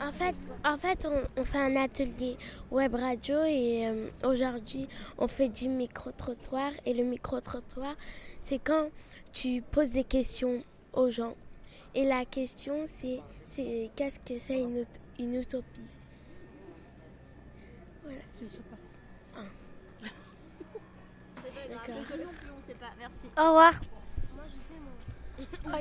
En fait, en fait on, on fait un atelier web radio et euh, aujourd'hui, on fait du micro-trottoir. Et le micro-trottoir, c'est quand tu poses des questions aux gens. Et la question, c'est c'est qu'est-ce que c'est une, ut- une utopie Voilà. Je sais pas. C'est pas grave, D'accord. le connu non plus, on sait pas. Merci. Au revoir. Moi, je sais, moi.